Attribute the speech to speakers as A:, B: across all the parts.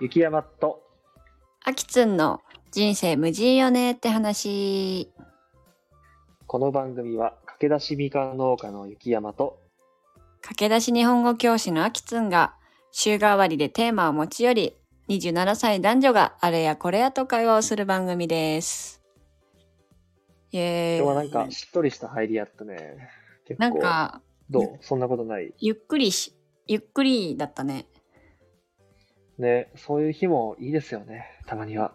A: 雪山と
B: あきつんの人生無人よねって話。
A: この番組は駆け出しみかん農家の雪山と
B: 駆け出し日本語教師のあきつんが週替わりでテーマを持ち寄り、27歳男女があれやこれやと会話をする番組です。イェーイ。
A: 今日はなんかしっとりした入りやったね結
B: なん
A: 構
B: か
A: どうそんなことない
B: ゆっくりし、ゆっくりだったね。
A: ねそういう日もいいですよねたまには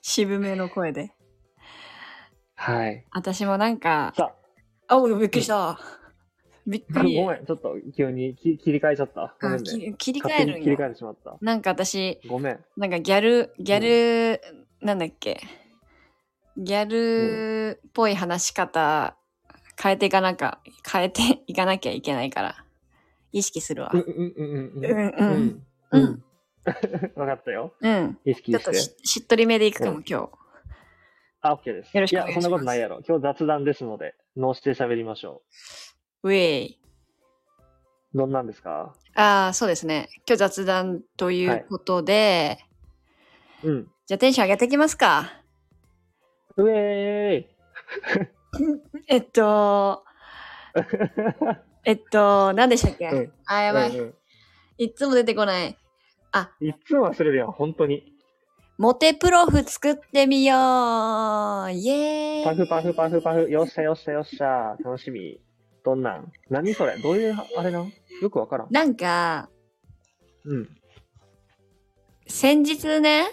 B: 渋めの声で。
A: はい
B: 私もなんか、
A: さ
B: あ、おびっくりした。びっ
A: あ
B: く
A: ご
B: り。
A: めんちょっと急にき切り替えちゃったご
B: あ
A: めんね
B: き切り替え
A: 勝手
B: る
A: に切り
B: ん
A: 替え
B: や。
A: てしまった
B: なんか私、
A: ごめん
B: なんかギャル、ギャル、なんだっけ。ギャルっぽい話し方、変えていかなきゃ、変えていかなきゃいけないから、意識するわ。
A: うんうんうん
B: う
A: うんう
B: ん、う
A: ん
B: ん、う
A: うんん わかったよ
B: うん。
A: 意識
B: ちょっ
A: し
B: と
A: て
B: ししっとりめでいくかも、
A: うん
B: 今日。
A: あ OK です
B: よろしくお
A: や
B: 願いし
A: そ
B: ま
A: んなこ
B: す
A: とないやろ今日雑談ですので脳して喋りましょ
B: ウェイ。
A: うどんなんですか
B: ああ、そうですね。今日雑談ということで、
A: うん
B: じゃあテンション上げていきますか。
A: うえ
B: え っと、
A: ーい
B: えっと、何でしたっけ、
A: うん
B: あ、やばい。
A: うんうん
B: いつも出てこない。
A: いつも忘れるやん、本当に。
B: モテプロフ作ってみようイエーイ
A: パフパフパフパフ、よっしゃよっしゃよっしゃ、楽しみ。どんなん何それどういう、あれなんよくわからん。
B: なんか、
A: うん。
B: 先日ね、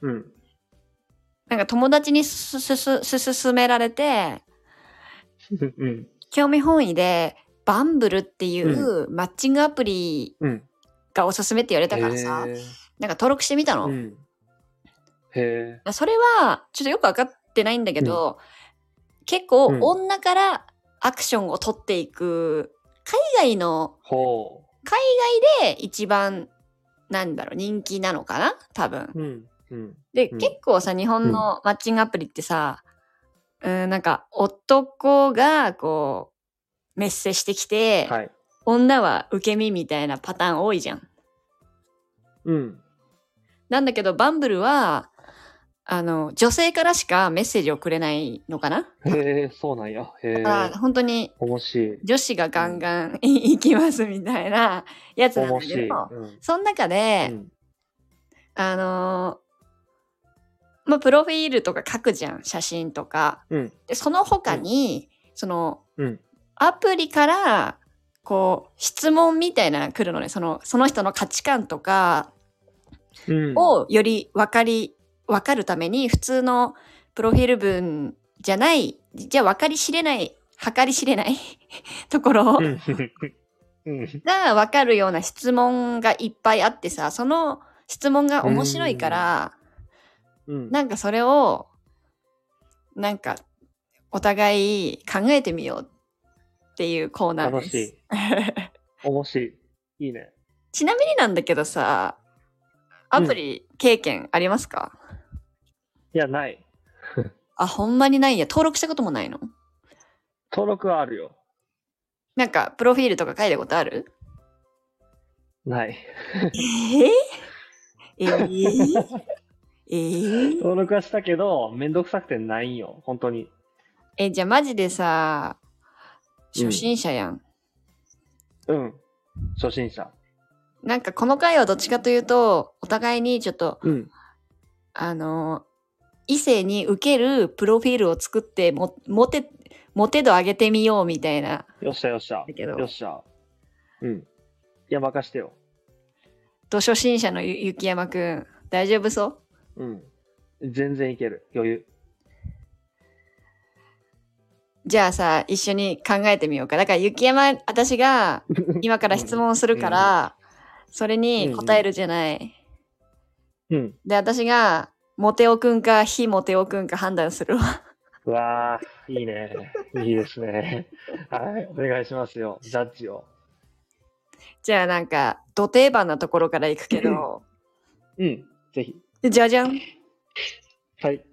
A: うん。
B: なんか友達にすすすすすめられて、
A: うん。
B: 興味本位で、バンブルっていうマッチングアプリ
A: うん。
B: がおすすめって言われたからさ、
A: へー
B: なんか登録してみたの。
A: うん。へ
B: それは、ちょっとよくわかってないんだけど、結構
A: うん
B: 女からアクションを取っていく、海外の、
A: ーほ
B: で一番、なんだろう、人気なのかな多分。
A: う。うん。うん。
B: で、
A: うん
B: 結構さ、日本のマッチングアプリってさ、うーん、なんか男がこう、メッセしてきて、
A: はい。
B: 女は受け身みたいなパターン多いじゃん。
A: うん。
B: なんだけど、バンブルは、あの、女性からしかメッセージをくれないのかな、
A: へえ、そうなんや。へえ。
B: あ本当に
A: 面白い。
B: 女子がガンガン行きますみたいなやつなんだ
A: 面
B: け
A: 白い。
B: ど、
A: うん。
B: その中で、
A: うん
B: あのーまあ、プロフィールとか書くじゃん、写真とか。
A: うん。
B: で、その他に、その、
A: うん。
B: アプリから、こう、質問みたいなのが来るのね。その、その人の価値観とか
A: うん。
B: をより分かり、分かるために、普通のプロフィール文じゃない、じゃあ分かり知れない、計り知れない ところ
A: う ん。うん。
B: が分かるような質問がいっぱいあってさ、その質問が面白いから、
A: うん。
B: なんかそれを、なんか、お互い考えてみようっていうコーナー
A: 楽し
B: です。
A: い。面白い。いいね。
B: ちなみになんだけどさ、アプリ経験ありますか、
A: いや、ない。
B: あ、ほんまにないんや。登録したこともないの
A: 登録はあるよ。
B: なんか、プロフィールとか書いたことある
A: ない。
B: えー、え ー、えー、
A: 登録はしたけど、めんどくさくてないんよ。本当に。
B: え、じゃあマジでさ、
A: うん
B: 初心者やん。
A: うん。初心者。
B: なんかこの回はどっちかというと、お互いにちょっと
A: うん。
B: あの、異性に受けるプロフィールを作っても、モテ、モテ度上げてみようみたいな。
A: よっしゃよっしゃ。
B: だけど
A: よっしゃ。うん。いや、任してよ。
B: と、初心者のゆ雪山くん、大丈夫そう
A: うん。全然いける。余裕。
B: じゃあさ、一緒に考えてみようか。だから雪山、私が今から質問するから、それに答えるじゃない。
A: うん。
B: で、私が、モテオくんか、非モテオくんか判断するわ。
A: うわあ、いいね。いいです ね。はい。お願いしますよ。ジャッジを。
B: じゃあなんか、土定番なところからいくけど、
A: うん。ぜひ。
B: じゃじゃん
A: はい。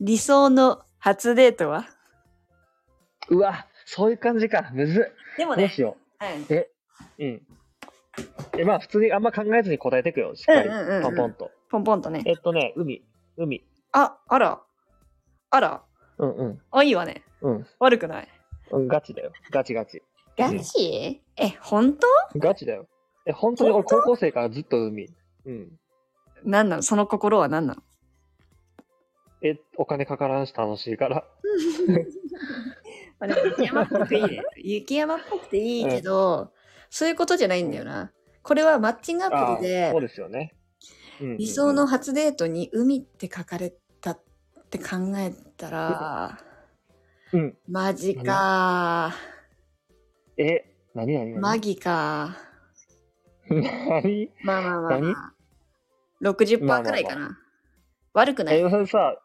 B: 理想の初デートは
A: うわ、そういう感じか。むず
B: でも
A: っ。どう
B: ね、
A: しよ
B: うん
A: う。うん。え、まあ、普通にあんま考えずに答えていくよ。しっ
B: う
A: か
B: ん
A: り。
B: うん
A: ポ
B: う
A: ン
B: ん
A: ポ
B: う
A: ン
B: ん。
A: と。
B: ポンポンとね。
A: えっとね、海。海。
B: あ、あら。あら。
A: うんうん。
B: あ、いいわね。
A: うん。
B: 悪くない。
A: うん、ガチだよ。ガチガチ。
B: ガチえ、本当
A: ガチだよ。え、本当に俺高校生からずっと海。うん。
B: なんなのその心は何なの
A: え、お金かからんし楽しいから。
B: あでも雪山っぽくいいね。雪山っぽくていいけど、そういうことじゃないんだよな。これはマッチングア
A: あ
B: プ
A: あ
B: リ
A: ー、
B: で
A: そうですよね。うんうんうん
B: 理想の初デートに海って書かれたって考えたら、
A: うん。
B: マジか
A: え、何何
B: ー。
A: 何
B: マギか
A: 何
B: ー。まあまあまあ、まあ。60%くらいかな。
A: ま
B: 悪くな
A: え、
B: い。
A: それさ、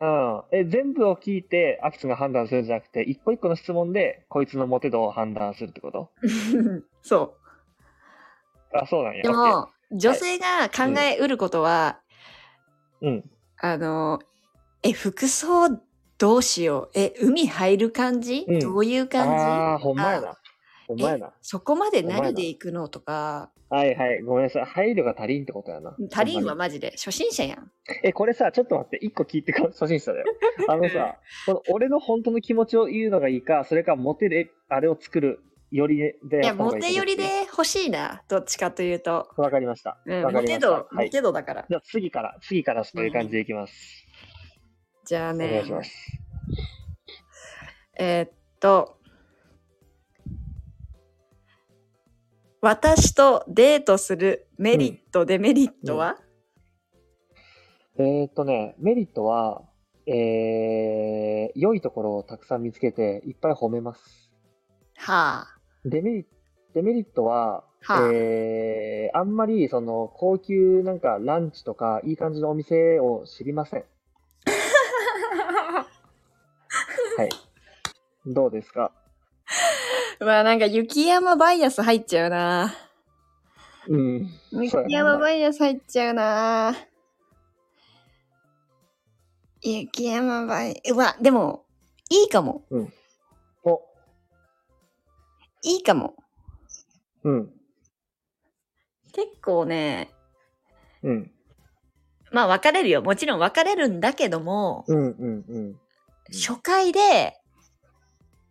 A: うん。え、全部を聞いて、アキツが判断するんじゃなくて、一個一個の質問で、こいつのモテ度を判断するってこと
B: そ
A: あ、そうなんや。
B: う。で
A: オッ
B: も、女性が考えうることは、
A: ケーうん。
B: あの、え、服装どうしよう。え、海入る感じ、
A: うん
B: どういう感
A: ああ、ほんまやな。ほんまやな。
B: じそこまで
A: お前
B: 何
A: ら
B: で行くのとか、
A: はいはい。ごめんなさい。配慮が足りんってことやな。
B: 足りんは
A: ほま
B: マジで初心者やん。
A: にえ、これさ、ちょっと待って。一個聞いてから初心者だ よ。あのさ、この俺の本当の気持ちを言うのがいいか、それかモテで、あれを作る、よりで
B: い
A: や
B: や、
A: った方
B: モ
A: がいいか。
B: テ寄りで欲しいな。どっちかというと。
A: わかりました。
B: うん、
A: わかりま
B: モテ
A: した。
B: 度、
A: は
B: モ
A: い。
B: テ度だから。
A: じゃあ次から、次からそういう感じでいきます。
B: じゃあ
A: お願
B: ね
A: いし、ます。
B: えーっと、私とデートするメリット、デメリットは、
A: えーっとね、メリットは、えー、良いところをたくさん見つけて、いっぱい褒めます。
B: はあ。
A: デメリット、デメリットは、
B: はあ
A: えー、あんまり、その、高級なんかランチとか、いい感じのお店を知りません。はい。どうですか
B: うわ、なんか雪山バイアス入っちゃうな。
A: うん。
B: 雪
A: そうやな
B: 山バイアス入っちゃうな。雪山バイ、うわ、でも、いいかも。
A: お、
B: いいかも。
A: うん、
B: 結構ね、
A: うん、
B: まあ別れるよ。もちろん別れるんだけども、
A: うん、うん、うん。
B: 初回で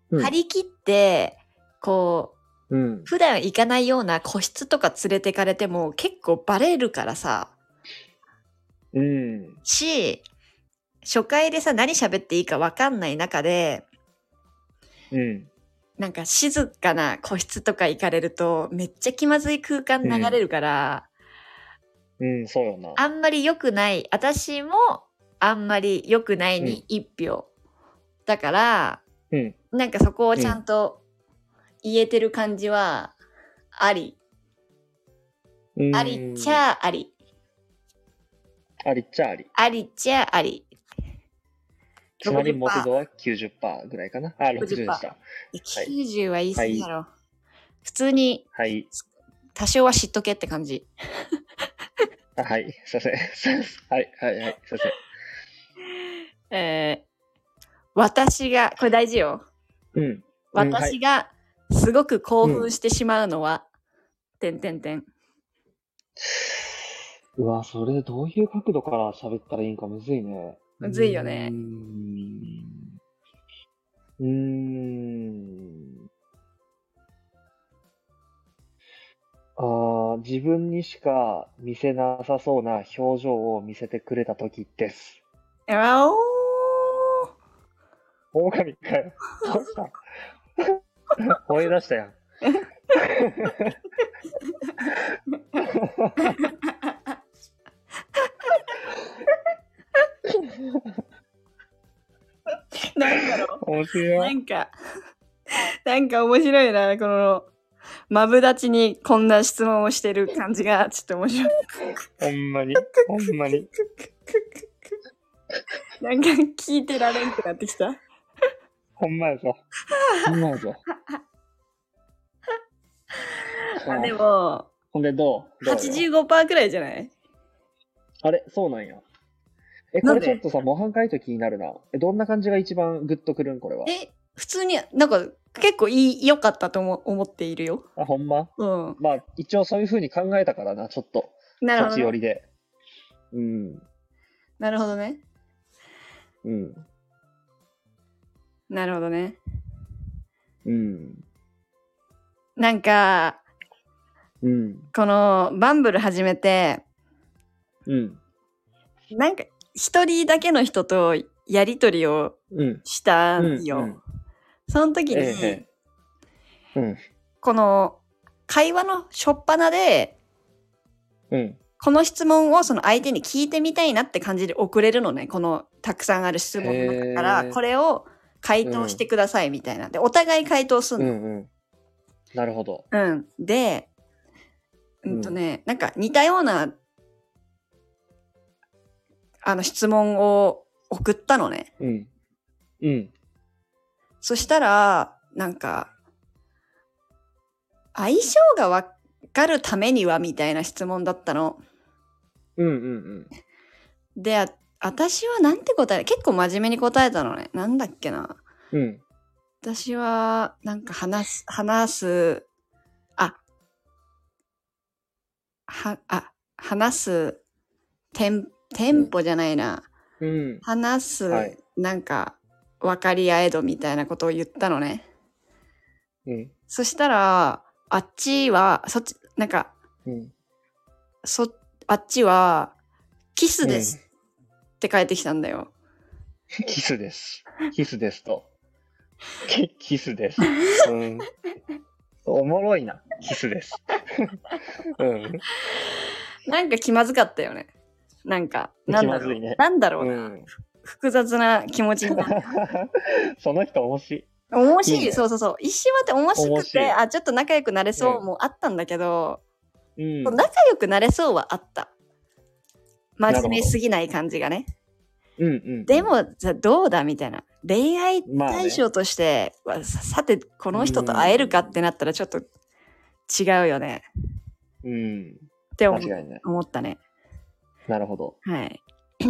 A: うん
B: 張り切って、こう、
A: うん。
B: 普段行かないような個室とか連れてかれても結構バレるからさ、
A: うん。
B: し、初回でさ、何喋っていいか分かんない中で、
A: うん。
B: なんか静かな個室とか行かれると、めっちゃ気まずい空間流れるから、
A: うん、そうよな。
B: あんまり良くない、私もあんまり良くないに一票。だから、
A: うん。
B: なんかそこをちゃんと言えてる感じは、あり、
A: うん
B: ありっち。ゃあり、
A: ありっちゃあり。
B: ありっちゃあり。
A: つまりモテ度は90%ぐらいかな。あ、60でした。
B: 90は言い過ぎだろ。普通に
A: はい。
B: 多少は知っとけって感じ。
A: あはい。すいません。すいません はい。はい。はい。すいま
B: えー私が、これ大事よ。
A: せん。うん。うん
B: 私がすごく興奮してしまうのは、てんてんてん。
A: うわ、それどういう角度から喋ったらいいんかむずいね。
B: むずいよね
A: うーん。うーん。ああ、自分にしか見せなさそうな表情を見せてくれたときです。
B: あお
A: 狼か よ。どうした 吠え出したやん。
B: ーなんだろ
A: 面
B: う
A: 白。
B: ないんか、なんか面白いな、この、マブダチにこんな質問をしてる感じが、ちょっと面白い。
A: ほんまに。ほんまに。
B: なんか聞いてられんくなってきた。
A: ほんまやぞ。ほんまやぞ。
B: あでも、
A: ほんでどうどうよ
B: 85%くらいじゃない
A: あれそうなんや。え、
B: な
A: こ
B: ん
A: れ
B: で
A: ちょっとさ、模範解答気になるな。え、どんな感じが一番グッとくるんこれは。
B: え、普通になんか結構いい、良かったと思思っているよ。
A: あ、ほんま
B: うん。
A: まあ、一応そういう風に考えたからな、ちょっと、
B: なる
A: 立
B: ほ
A: ち寄
B: ど、
A: りで。うん。
B: なるほどね。
A: うん。
B: なるほどね。
A: うん。
B: なんか、
A: うん。
B: このバンブル始めて、
A: うん。
B: なんか一人だけの人とやりとりを
A: うん。
B: した
A: うんん
B: よ。
A: うん
B: その時に、
A: ええうん。
B: この会話の初っ端で、
A: うん。
B: この質問をその相手に聞いてみたいなって感じで送れるのね。このたくさんある質問の中から、
A: へえ
B: これを回答してくださいみたいな。で、お互い回答す
A: うん
B: の。
A: ん。なるほど。
B: うん、で、うんとね、なんか似たような、あの質問を送ったのね。
A: うん。うん。
B: そしたら、なんか、相性がわかるためにはみたいな質問だったの。
A: うんうん
B: で、あ私はなんて答え結構真面目に答えたのね。なんだっけな。
A: うん。うん。
B: 私は、なんか話す、話す、あ、は、あ、話す、テン、テンポじゃないな。
A: うん。
B: 話す、
A: はい
B: なんか、分かり合えどみたいなことを言ったのね。
A: うん。
B: そしたら、あっちは、そっち、なんか、
A: うん。
B: そ、あっちは、キスですって返ってきたんだよ。
A: キスです。キスです と。キキスです。うん。おもろいな。キスです。うん。
B: なんか気まずかったよね。なんか、なんだ
A: 気
B: ろ
A: まず
B: う。
A: いね
B: なんだろう
A: う
B: な、
A: ん、
B: 複雑な気持ちになる。
A: その人面白い。
B: 面白い
A: いいね
B: そうそうそう。一瞬待って面白
A: 面
B: くて、
A: 白い
B: あ、ちょっと仲良くなれそううもあったんだけど、
A: うん。
B: 仲良くなれそうはあった。真面目すぎない感じがね。
A: うんうん。
B: で、も、じゃあどうだみたいな。恋愛
A: まあね
B: 対象として、わささて、この人と会えるかってなったらちょっと違うよね。
A: うん。
B: って
A: 間
B: 思
A: 違いない。
B: 思ったね。
A: なるほど。
B: はい。
A: え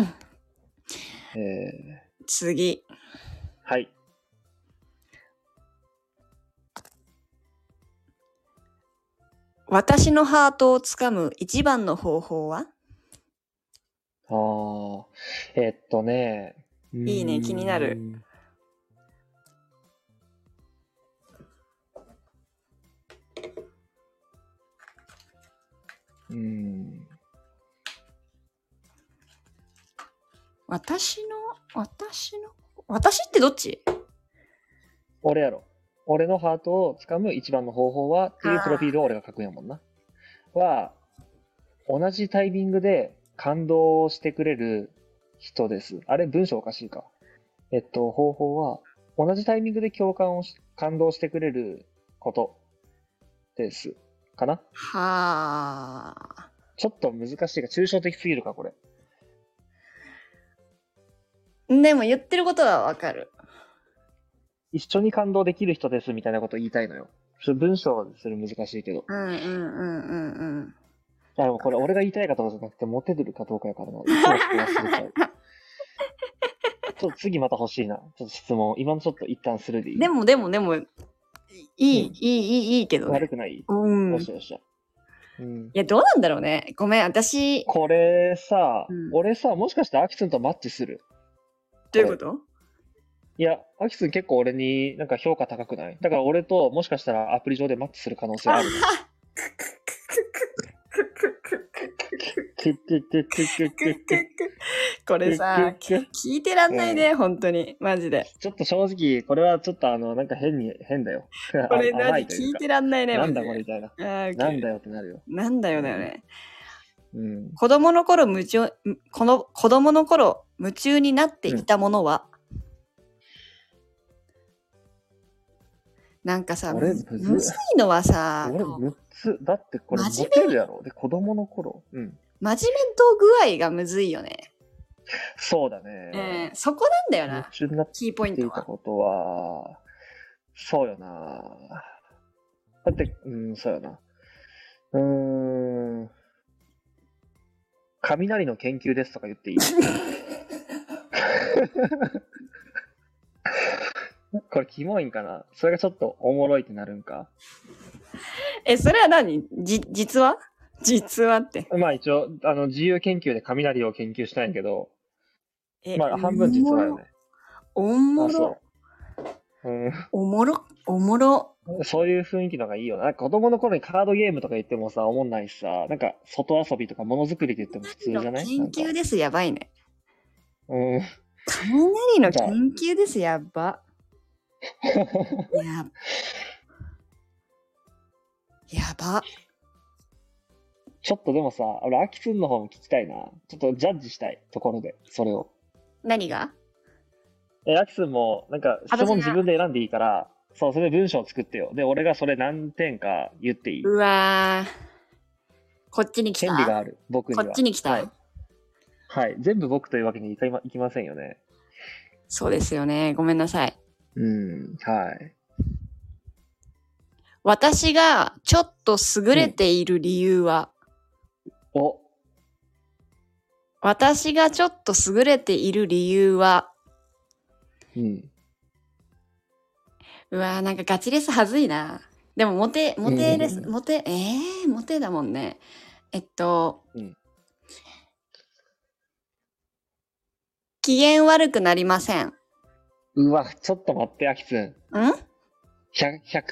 A: ー、
B: 次。
A: はい。
B: 私のハートをつかむ一番の方法は
A: あー、えっとね。
B: いいね気になる
A: うん。うん。
B: 私の、私の、私ってどっち
A: 俺やろ。俺のハートをつかむ一番の方法はっていうプロフィールを俺が書くんやもんな。は、同じタイミングで感動してくれる人です。あれ、文章おかしいか。えっと、方法は、同じタイミングで共感をし、感動してくれることです。かな
B: はあ。
A: ちょっと難しいが、抽象的すぎるか、これ。
B: でも言ってることはわかる。
A: 一緒に感動できる人ですみたいなこと言いたいのよ。それ文章でする難しいけど。
B: うんうんうんうんうん。
A: いやでもこれ俺が言いたいかどうかじゃなくて、モテてるかどうかやからな。いつもそこ忘れちゃ う。ちょっと次また欲しいな。ちょっと質問。今のちょっと一旦するでいい。
B: でもでもでも、いい、
A: うん
B: いい、いい、いいけど
A: 悪
B: ね。
A: くない、
B: うん。
A: よっ
B: い
A: しゃよっしゃ。うん。
B: や、どうなんだろうね。ごめん、私、
A: これさ、
B: うん
A: 俺さ、もしかしてアキツンとマッチする
B: どういう こと
A: いや、アキツン結構俺になんか評価高くないだから俺ともしかしたらアプリ上でマッチする可能性ある。クックックックックックックッ
B: これさ、
A: クックック
B: 聞いてらんないね、本当に。マジで。
A: ちょっと正直、これはちょっとあの、なんか変に、変だよ。
B: これ、マ
A: 甘
B: ジ
A: いとい
B: 聞
A: う
B: い
A: か
B: てらんないね、
A: なん
B: マジ
A: だ
B: で
A: これみたいな。
B: あー OK
A: なんだよってなるよ。
B: なんだよだよね。
A: うん。
B: 子供の頃夢中、むこの子供の頃夢中になっていたものは、なんかさ、
A: こ
B: む
A: れ
B: ず
A: むず
B: むずいのはさ、
A: 俺
B: こう
A: 6つ。だってこれモ
B: 真面
A: テるやろ。で、子供の頃。うん。
B: 真面目と具合がむずいよね。
A: そうだ
B: うん
A: ね。、
B: そこなんだよ
A: 夢
B: な、
A: 中になっ
B: キーポイン
A: て
B: ト
A: いた
B: は。
A: ことは、そうよな。だって、うん、そうよな。うーん。雷の研究です とか言っていいうこれキモいんかなそれがちょっとおもろいってなるんか
B: え、それは何じ、実は実はって。
A: まあ一応、あの、自由研究で雷を研究したんやけど、
B: え
A: まあ半分実はよね。
B: おも
A: あ、
B: ろ
A: そ。う。うん。
B: おもろ。おもろ。
A: そういう雰囲気のがいいよな。なんか子供の頃にカードゲームとか言ってもさ、おもんないしさ、なんか外遊びとかものづくりって言っても普通じゃない
B: 研
A: な
B: 究
A: んか
B: です、やばいね。
A: うん。
B: 雷の研究です、やば。やば。やば。
A: ちょっとでもさ、俺、アキツンの方も聞きたいな。ちょっとジャッジしたいところで、それを。
B: 何が
A: え、アキツンも、なんか、質
B: 私が
A: 問自分で選んでいいから、そう、それで文章を作ってよ。で、俺がそれ何点か言っていい。
B: うわー。こっちに来
A: 権利が
B: た。
A: ある、僕に
B: こ
A: は。
B: っちに来た。
A: はいはい。全部僕というわけにいかいまいきませんよね。
B: そうですよね。ごめんなさい。
A: うん、はい。
B: 私がちょっと優れている理由は、
A: お、
B: 私がちょっと優れている理由は、
A: うん。
B: うわーなんかガチレスはずいな。でもモテ、モテレス、
A: うん
B: モテ、えー、モテだもんね。えっと、
A: うん
B: 機嫌悪くなりません。ん
A: うわ、ちょっと待って、アキツン。100、100。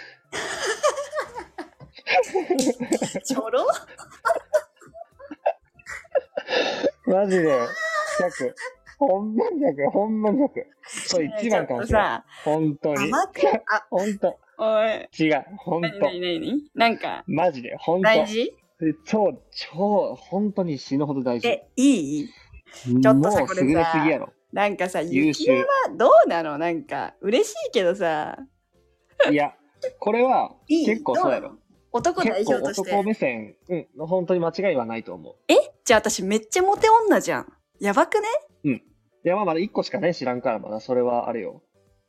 B: ちょろ
A: マジで、100。ほんまに100、ほんまに100。そう、一番かもしれない。
B: さ、
A: 本当に。
B: 甘く、あ、
A: 本当。
B: おい、
A: 違う、本
B: なに
A: 当。
B: なになになんか、
A: マジで、本当。
B: 大事
A: 超、超、本当に死ぬほど大事。
B: え、いい
A: ち
B: ちょっとさこれさ
A: もう優れすぎやろ。
B: なんかさ、
A: 優
B: 雪
A: 秀。
B: はどうなのなんか、嬉しいけどさ、
A: いや、これはい
B: い
A: 結構そうやろ。。
B: どうなの男代
A: 結構
B: 表とし
A: 男
B: て。
A: 目線、うん、本当に間違いはないと思う。
B: じゃあ私めっちゃモテ女じゃん。やばくね
A: いや、まあまだ1個しかね、知らんからまだ、それはあれよ。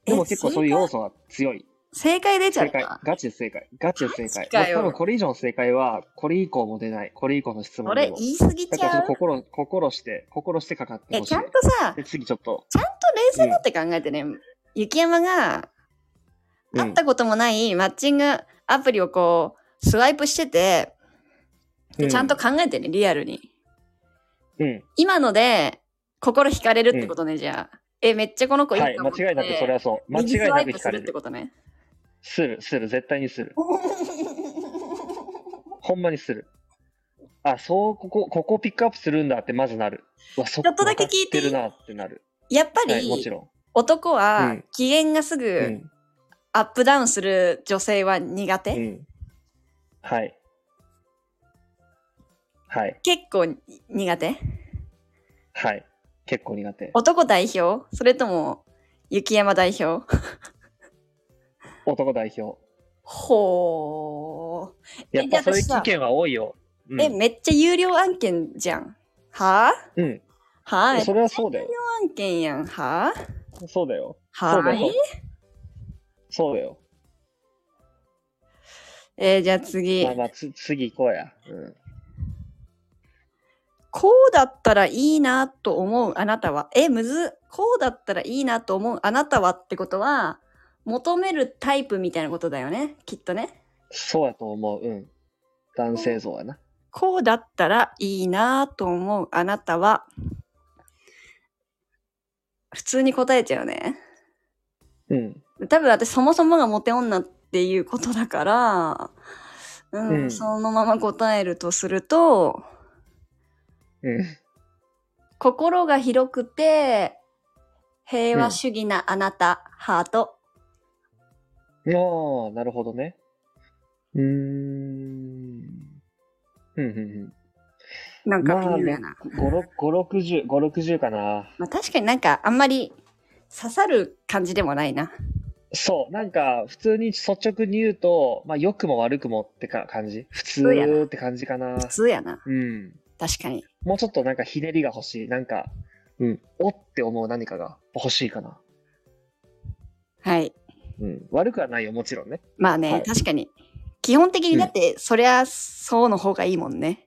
A: でも
B: え
A: 結構そういう要素が強い。
B: 正解出ちゃ
A: 正
B: っ
A: 解
B: た。。
A: ガチで正解。ガチで正
B: マジ
A: 解。
B: かよ
A: 多分これ以上の正解は、これ以降も出ない。これ以降の質問で
B: 俺
A: も。
B: 言い過ぎ
A: だ
B: ち
A: からちょ
B: ゃ
A: っ
B: う
A: と心、心して、心してかかって
B: え、
A: ほしい
B: ちゃんと。さ、
A: で、次ちょっと。
B: ちゃんと冷静になって考えてね、雪山が
A: うん
B: 会ったこともないマッチングアプリをこう、スワイプしてて、でちゃんと考えてね、リアルに。
A: うん。うん
B: 今ので、心惹かれるってことね、じゃあ。え、めっちゃこの子いい
A: は
B: と
A: い、
B: 思って。
A: 間違いなくそれはそう。間
B: 右
A: 違い
B: スワ
A: な
B: イ
A: く
B: プ
A: 聞か
B: す
A: れ
B: るって
A: る。
B: ことね。
A: する、する、絶対にする。ほんまにする。あ、そう、ここ、ここピックアップするんだってまずなる。うわ、そ
B: ちょっとだけ聞いていい
A: わかってるなってなる。
B: やっぱ
A: はい、もち
B: り、
A: ろ
B: 男
A: う
B: は
A: ん
B: 機嫌がす
A: ん。う
B: ぐ
A: ん。
B: アップダウンする女性は苦手、
A: うん。はい。はい。
B: 結構に苦手
A: はい。結構苦手。
B: 男代表それとも雪山代表
A: 男代表。
B: ほ
A: やっぱそういう
B: 私さ
A: 意見は多いよ。う
B: ー、
A: ん。
B: えめっちゃ有料案件じゃんは
A: うん。
B: あはあ有
A: そ
B: 料
A: れはそうだよ。
B: 案件やんはあ
A: そうだよ。そう
B: は
A: だ
B: ー
A: よ
B: い。
A: そうだよ。
B: えーじゃあ次
A: まあまあ、つ次行こうや。うん。
B: こうだったらいいなと思うあなたはえむずこうだったらいいなと思うあなたはってことは求めるタイプみたいなことだよねきっとね
A: そうやと思う。うん。男性像やな。
B: こうだったらいいなと思うあなたは、普通に答えちゃうね。
A: うん。
B: 多分私そもそもがモテ女っていうことだから、うん、
A: うん
B: そのまま答えるとすると、
A: うん。
B: 心が広くて、平和主義なあなた、ハート。
A: ああ、なるほどね。うーん。うん、うん、
B: なんか
A: まあ
B: 微妙やな。
A: うん。5、6、5、60、5、60かな。
B: まあ確かになんかあんまり刺さる感じでもないな。
A: そう、なんか、普通に率直に言うと、まあ、良くも悪くもってか感じ。普
B: 通やな
A: 通って感じかな。
B: 普通やな。
A: うん。
B: 確かに。
A: もうちょっとなんかひねりが欲しい。なんか、うん。おって思う何かが欲しいかな。
B: はい。
A: うん。悪くはないよ、もちろんね。
B: まあね、
A: はい
B: 確かに。基本的にだって、そりゃそうの方がいいもんね。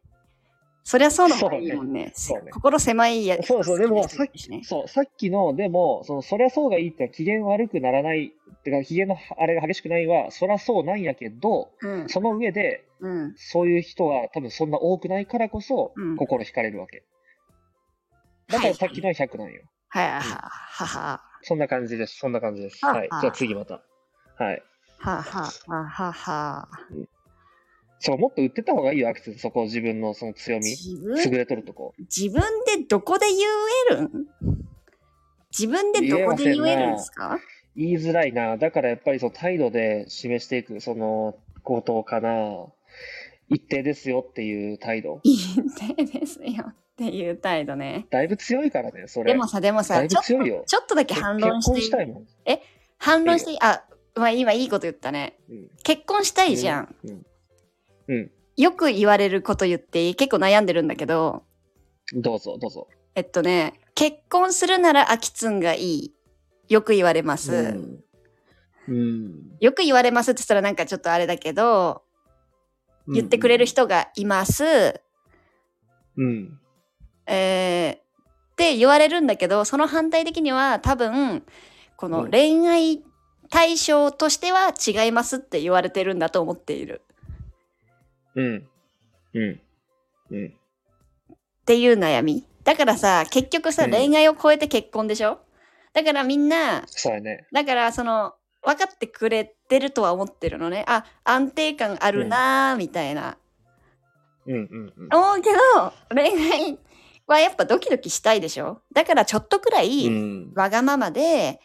B: そりゃそうの方がいいもんね。
A: そうね
B: 心狭いや
A: そうそう、でもさっ
B: 好きな人いる
A: き、
B: しね
A: そう、さっきの、でも、その、そりゃそうがいいって、機嫌悪くならない、ってか、機嫌のあれが激しくないは、そりゃそうなんやけど、
B: うん
A: その上で、
B: うん。
A: そういう人は多分そんな多くないからこそ
B: うん、
A: 心惹かれるわけ。だからさっきのは100なんよ。
B: はい、ははは
A: そんな感じです。そんな感じです。
B: あ
A: はい。
B: あ
A: じゃあ次また。はい。
B: ははははは。
A: そう、もっと売ってた方がいいよ、アクセス。そこ自分のその強み。
B: 自
A: 優
B: 分、
A: れとるとこ。
B: 自分でどこで言えるん自分でどこで言えるんですか
A: 言いづらいな。だからやっぱりその態度で示していく、その、口頭かな。一定ですよっていう態度。
B: いいんですよっていう態度ね。
A: だいぶ強いからね、それ。
B: でもさ、でもさ、
A: だい
B: ち
A: ぶ
B: ょっ
A: 強いよ
B: と、ちょっとだけ
A: 結
B: 反論
A: 結婚し
B: して
A: た
B: いい
A: いもん。
B: 反論していいあ、まあ今いいこと言ったね。
A: うん
B: 結婚したいじゃん。。
A: うん。うん
B: よく言われること言っていい結構悩んでるんだけど、
A: どうぞ、どうぞ。
B: えっとね、結婚するならアキツンがいい。よく言われます。
A: うん。うん
B: よく言われますって言ったらなんかちょっとあれだけど、言ってくれる。人がいます。
A: うん。
B: えーって言われるんだけど、その反対的には多分、こ
A: う
B: の
A: ん
B: 恋愛対象としては違いますって言われてるんだと思っている。
A: うん。うん。うん。
B: っていう悩み。だからさ、結局さ、
A: うん
B: 恋愛を超えて結婚でしょだからみんな、
A: そうやね。
B: だからその、分かってくれてるとは思ってるのね。あ、安定感あるなーみたいな。
A: うんうんうん。
B: 思うけど、恋愛はやっぱドキドキしたいでしょだからちょっとくらい、
A: うん
B: わがままで、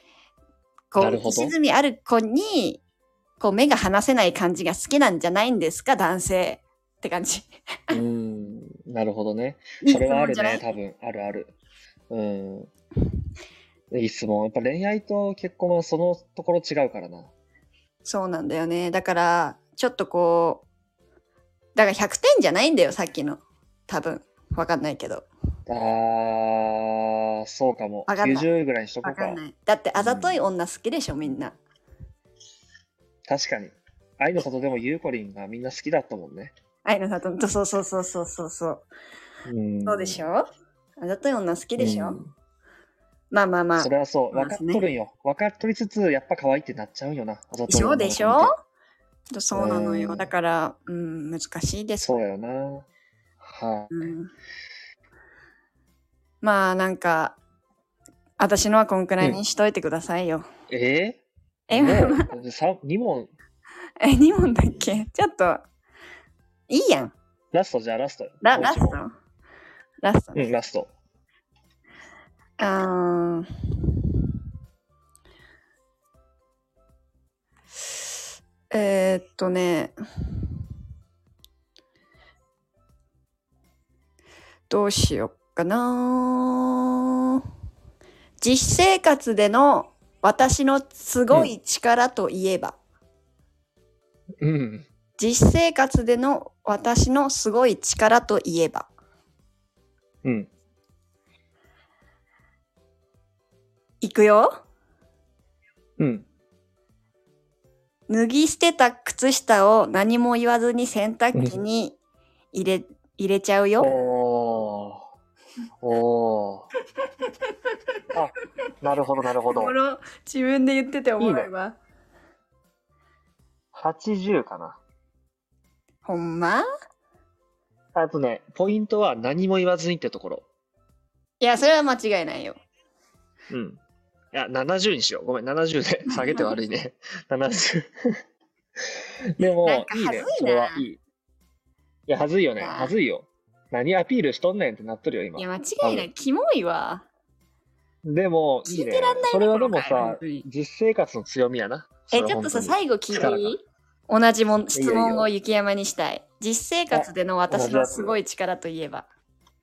B: こう、
A: なるほど
B: 浮き沈みある子に、こう、目が離せない感じが好きなんじゃないんですか、男性。って感じ。
A: うん。なるほどね。
B: いい
A: それはあ
B: 質問
A: る
B: じゃない
A: ね、多分。あるある。うん。いい質問。やっぱ恋愛と結婚はそのところ違うからな。
B: そうなんだよね。だから、ちょっとこう、だから100点じゃないんだよ、さっきの。多分。わかんないけど。
A: あー、そうかも。
B: わかんない
A: 90ぐらいにしとこ
B: わ
A: う
B: か
A: か
B: ん。ない。だって、あざとい女好きでしょ、みんな。
A: 確かに。愛のことでもゆうこりんがみんな好きだったもんね。
B: 愛の里と、そうそうそうそうそうそう。
A: うん。
B: そうでし
A: ょ
B: ょあざとい女好きでしょ、まあまあまあ
A: そ。れはそう。
B: まあ
A: 分かっとるんよ。分かっとりつつ、やっぱ可愛いってなっちゃうよな。あざとい
B: でし
A: 女の子
B: ょ
A: 見て
B: でしょそうなの
A: う
B: よ。
A: ん
B: だから、うん、難しいです
A: そうやよな。は
B: うんまあなんか私のはこんくらいにしといてくださいよ。
A: い。えー、
B: え
A: もうさ2問、
B: え2問だっけちょっといいやん。
A: ラストじゃあラストよ。
B: ラ
A: もう
B: ラ
A: 一
B: スト
A: 問。
B: ラスト。
A: うん、ラスト。
B: うーんえー、っとねどうしよっかな実生活での私のすごい力といえば、
A: うん。
B: 実生活での私のすごい力といえば
A: うん。
B: いくよ
A: うん。
B: 脱ぎ捨てた靴下を何も言わずに洗濯機に入れ入れちゃうよ。
A: おー。おー。あ、なるほど、なるほど。
B: 自分で言ってて思えば
A: 80かな。
B: ほんま
A: あとね、ポイントは何も言わずにってところ。
B: いやそれは間違いないよ。
A: うん。いや、70にしよう。ごめん、70で。下げて悪い ね。70。で
B: なん
A: も、
B: か
A: いいね。
B: 恥ずいな
A: それはいい。いや、はずいよね。
B: あー
A: はずいよ。何アピールしとんねんってなっとるよ、
B: いや
A: 今。
B: 間違いない。キモいわ。
A: でも、いい
B: 聞い
A: ね
B: てらんないね。
A: それはで
B: こ
A: も
B: の回
A: さ
B: 本当、に
A: 実生活の強みやな。そ
B: え
A: れは
B: ちょっとさ
A: 本当に
B: 最後聞い
A: 力
B: て
A: が
B: いい同じもん質
A: いいよいい
B: 問
A: よ
B: を雪山にしたい。実生活での私のすごい力といえば。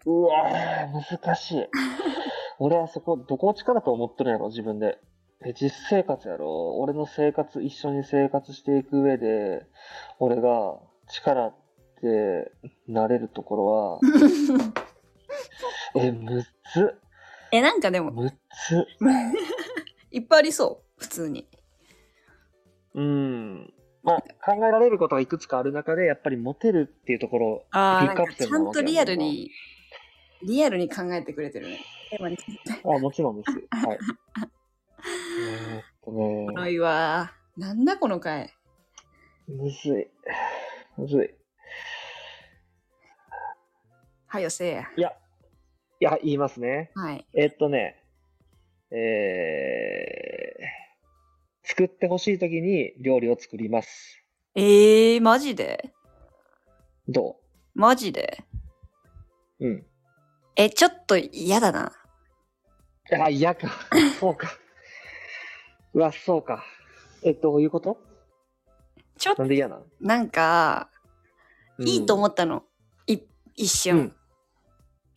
A: うわぁ、難しい。 俺はそこ、どこを力と思ってるんやろ、自分で。え、実生活やろ。俺の生活、一緒に生活していく上で、俺が力ってなれるところは、え、むっつ、
B: えなんかでも
A: むっつ。
B: いっぱいありそう普通に。
A: うん。まあ、考えられることがいくつかある中で、やっぱりモテるっていうところ、
B: ああ、
A: ピ
B: な
A: ッ
B: ん
A: クア
B: か
A: ップ
B: ち
A: 点
B: ゃ
A: なわ
B: ん
A: け
B: と
A: だ
B: リアルに、リアルに考えてくれてるね。テーマに
A: あもちろんです。はい。えーっとね
B: お、もろいわ。なんだこの回。
A: むずい。むずい。
B: はよせえや。
A: いや、言いますね。
B: はい。
A: えーっとね、えー、作ってほしいときに料理を作ります。
B: えー、マジで
A: ど
B: マジで
A: ううん。
B: え、ちょっと嫌だな。
A: あ、嫌 か。そうか。うわ、そうか。え、どういうこと
B: ちょっ
A: な
B: と、
A: んで嫌なの
B: なんか、いいと
A: 思
B: 思ったの。い一
A: う
B: 瞬、
A: ん。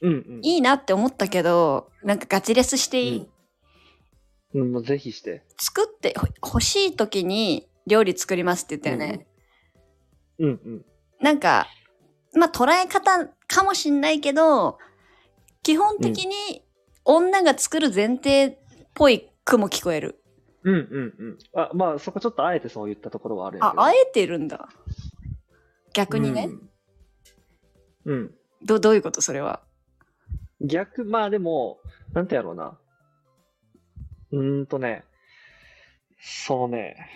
A: うん、うん。
B: いいなって思ったけど、なんかガチレスしていい。
A: うん、うんもうぜひして。
B: 作ってほ欲しい時に料理作りますって言ったよね。
A: うん、うん。
B: なんか、まあ捉え方かもしんないけど、基本的に女が作る前提っぽい句も聞こえる。
A: うん、うん、うん。あ、まあ、そこちょっとあえてそう言ったところはあるんや
B: あ
A: け、ど
B: あえてるんだ。逆にね。。
A: うん。うん
B: どどういうことそれは。
A: 逆、まあでも、なんてやろうな。うーんとね、そうね、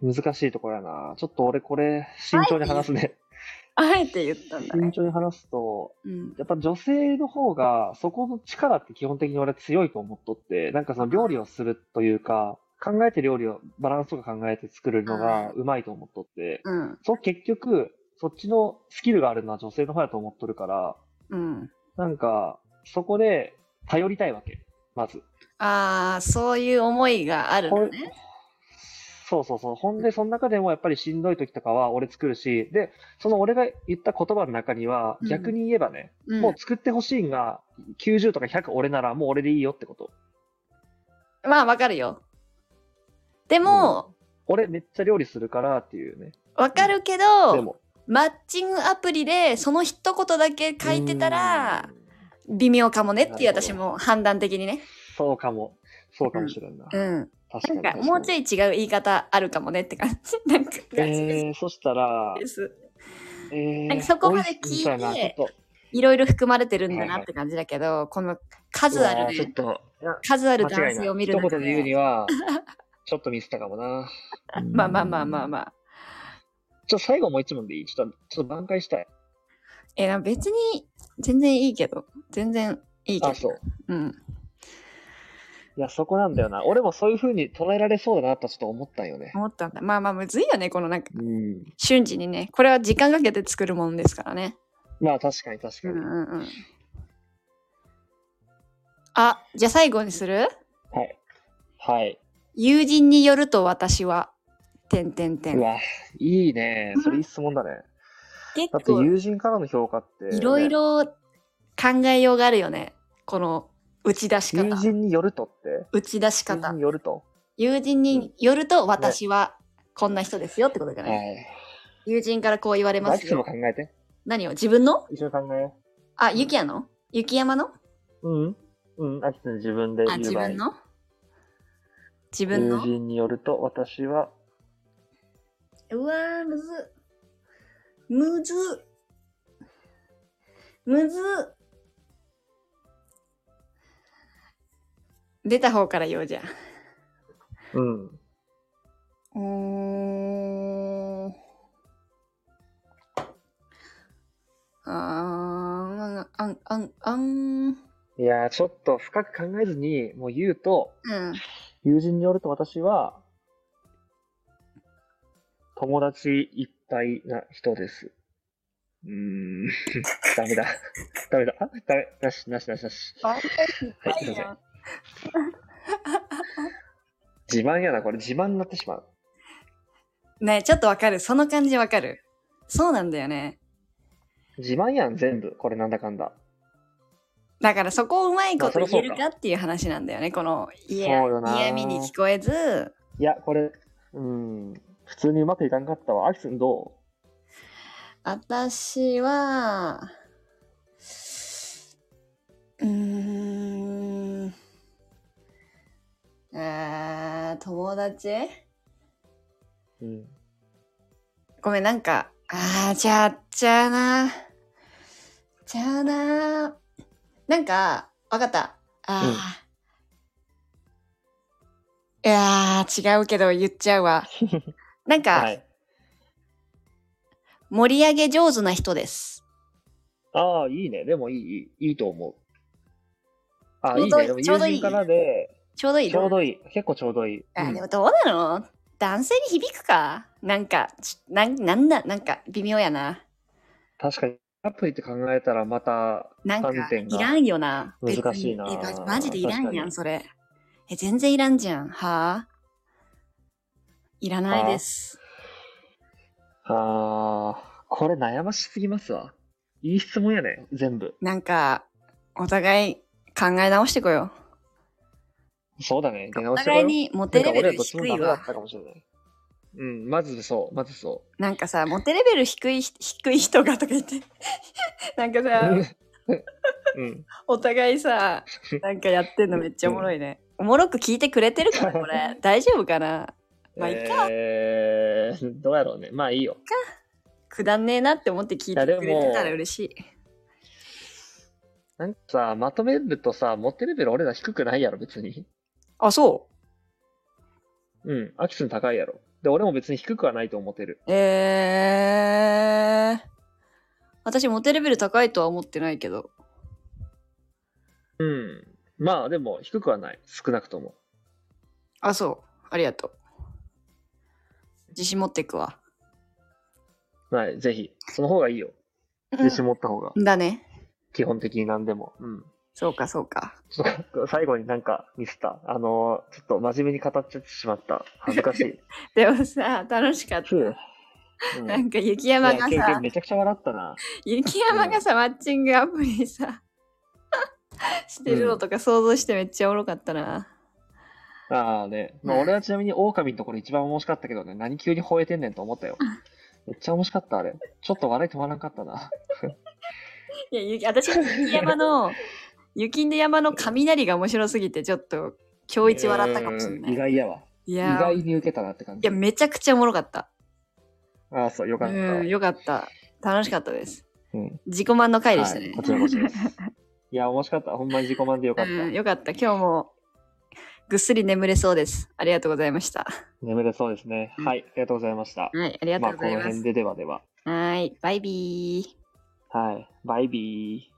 A: 難しいところやな。ちょっと俺これ、慎重に話すね。
B: あえて言ったんだ
A: 慎
B: ね。
A: 重に話すと、
B: うん。
A: やっぱ女性の方が、そこの力って基本的に俺強いと思っとって、なんかその料理をするというか、考えて料理を、バランスとか考えて作るのがうまいと思っとって、
B: うん。
A: そう結局、そっちのスキルがあるのは女性の方やと思っとるから、
B: うん。
A: なんか、そこで頼りたいわけ、まず。
B: ああ、そういう思いがある
A: ほ
B: の
A: ん
B: ね。
A: そうそうそう。ほんで、その中でもやっぱりしんどい時とかは俺作るし、で、その俺が言った言葉の中には
B: う、ん
A: 逆に言えばね、
B: うん、
A: もう作ってほしいんが90とか100俺ならもう俺でいいよってこと。
B: まあわかるよ。でも、
A: 俺めっちゃ料理するからっていうね。
B: わ、かるけ
A: で
B: ど、
A: も。
B: マッチングアプリでその一言だけ書いてたら
A: う、ん、
B: 微妙かもねって
A: なる
B: いう
A: ほ
B: 私
A: ど
B: も判断的にね。
A: そうかも。そうかもしれんな。
B: うん。
A: 確か
B: な
A: に
B: んかもうちょ
A: い。
B: い違う言い方あるかもねって感じ。なんかガチ
A: えー、そしたら、
B: です。
A: えー
B: なんかそこまで聞いて
A: おしそうやなちょっと
B: いろいろ含まれてるんだ
A: はいは
B: ないって感じだけど、この数あ
A: うわー
B: る、
A: ちょっ
B: ね、
A: と、
B: 数ある
A: 間違
B: 男
A: いな
B: 性
A: い。
B: を見る
A: 一
B: 中
A: 言で言うに
B: で、
A: は、ちょっとミスったかもな。
B: まあまあまあまあまあ。
A: ちょ、最後もう一問でいいちょっと、ちょっと挽回したい。
B: えな別に全然いいけど、全然いいけど。
A: あ、そう。
B: うん。
A: いや、そこなんだよな。俺もそういう風に捉えられそうだなとちょっと思ったんよね。
B: 思ったんだ。まあまあ、むずいよね、このなんか、
A: うん。
B: 瞬時にね。これは時間かけて作るもんですからね。
A: まあ、確かに確
B: う
A: かに。
B: んうんうん。あ、じゃあ最後にする
A: はい。はい。
B: 友人によると私は、てんてんて。
A: うんわ、いいね。それいい質問だね。
B: 結
A: だって
B: 構、
A: 友人からの評価ってね、
B: いろいろ考えようがあるよね。この打ち出し
A: 友
B: 方。
A: 人によるとって
B: 打ち出し
A: 友人
B: 方
A: に。よると
B: 友人によると私はこんな人ですよってことじゃ
A: は
B: ない。
A: い。
B: 友人からこう言われま
A: マ
B: す
A: キスも考。
B: よ
A: えて。
B: 何を自分の
A: 一緒に考えよ
B: あ、雪やの雪山の
A: う。うん。うん。アキス自分で
B: あ、
A: 言
B: 自
A: う場合
B: 分。の自分
A: 友
B: の
A: 人によると、私は、
B: うわー、むずっ。むずっ。むずっ。出た方から言おうじゃん。
A: うん。
B: うーん。あーん、あん、あん、あん。うん。
A: いやー、ちょっと深く考えずに、もう言うと、友人によると私は、友達いっぱいな人です。うーん、 ダメだ。ダメだ。あダメ。なし、なし、なし、なし。
B: バンいっぱ
A: はいすい
B: い
A: ませ
B: や
A: ん
B: ん。
A: 自慢やな、これ。自慢になってしまう。
B: ねえちょっとわかる。その感じわかる。そうなんだよね。
A: 自慢やん、全部。これなんだかんだ。
B: だからそこをうまいこと
A: まあそ
B: 言え
A: りゃそう
B: る
A: か
B: かっていう話なんだよね。この嫌
A: そうよな
B: 嫌味に聞こえず。
A: いや、これ、うーん、普通にうまくいかんかったわ。アキスんど
B: 私は、うーん、あー友達
A: ううん。
B: ごめん、なんか、あー、じゃあ、じゃあな。じゃあな。なんか、わかった。あー。いやー、違うけど言っちゃ うわ。なんか、
A: はい。
B: 盛り上げ上手な人です。
A: ああ、いいね。でもいい、いいいいと思う。ああ、
B: ちょ
A: いういね。でも
B: どいいちょ
A: 友
B: うどいい
A: 人からで、
B: ちょうどいい
A: ちょうどいい。結構ちょうどいい。
B: あ、
A: うん
B: でもどうなの男性に響くかなんか、ちなん、なんだ、なんか微妙やな。
A: 確かに、アプリって考えたらまた、
B: なんか、
A: 観点
B: い
A: が
B: らんよな。
A: 難しいな
B: 別にえママジでいらん
A: 確
B: や
A: か
B: ん、
A: に
B: それ。え、全然いらんじゃん。はあいらないです。
A: ああ、これ悩ましすぎますわ。いい質問やね、全部。
B: なんか、お互い考え直してこよ
A: そうだね。出
B: う。お
A: 直してこよ
B: 互いうにモテレベ
A: な
B: ル
A: んか俺らどっちも
B: 低い
A: ダメだ
B: わ
A: っ。たかもしれない。うん、まずそう、まずそ
B: なんかさ、モテレベル低いひ、低い人がとか言って。 なんか
A: う。
B: さ、
A: うん。
B: お互い さ、なんかやってんのめっちゃおもろいね。おもろく聞いてくれてるかな、これ。大丈夫かなまあいっか
A: えー、どうやろうね。まあいいよ。
B: くだんねえなって思って聞いてくれてたら嬉しい。
A: なんかさ、まとめるとさ、モテレベル俺ら低くないやろ、別に。
B: あ、そ
A: うん、アキスン高いやろ。で、俺も別に低くはないと思ってる。
B: うえー。私、モテレベル高いとは思ってないけど。
A: うん。まあでも、低くはない。少なくとも。
B: あ、そう。ありがとう。自信持っていくわ。
A: はい、ぜひ。その方がいいよ。自信持った方が。
B: うんだね。
A: 基本的に何でも。うん。
B: そうか、そうか。
A: ちょっと最後になんかミスった。あのーちょっと真面目に語っちゃってしまった。恥ずかし い。
B: でもさ、楽しかった
A: ふ。う うん、
B: ないんか雪山
A: や
B: が
A: 経
B: さ
A: 験、めちゃくちゃ笑ったな。
B: 雪山がさ、マッチングアプリさ、してるのとか想像してめっちゃおもろかったな。
A: ああね。まあ、
B: うん
A: 俺はちなみに狼のところ一番面白かったけどね、何急に吠えてんねんと思ったよ。めっちゃ面白かった、あれ。ちょっと笑い止まらんかったな。
B: いや、雪私、雪山 の、雪の山の雷が面白すぎて、ちょっと、今日一笑ったかもしれな
A: うん
B: い。
A: 意外やわ。
B: い
A: 意
B: やー
A: 外に受けたなって感
B: い
A: じ
B: や、。めちゃくちゃおもろかった。
A: ああ、そう、よかった。
B: うん、よかった。楽しかったです。
A: うん
B: 自己満の回でした
A: は
B: ね
A: い、。こちらこそ です。いや、面白かった。ほんまに自己満でよかった。
B: うん、よかった。今日も、ぐっすり眠れそうです。ありがとうございました。
A: 眠れそうですね。はい、ありがとうございました。
B: はい、ありがと
A: ま
B: う
A: あ、
B: ご
A: こ
B: ざい
A: の
B: ま
A: 辺
B: す。
A: でではでは。
B: はい、バイビー。
A: はい、バイビー。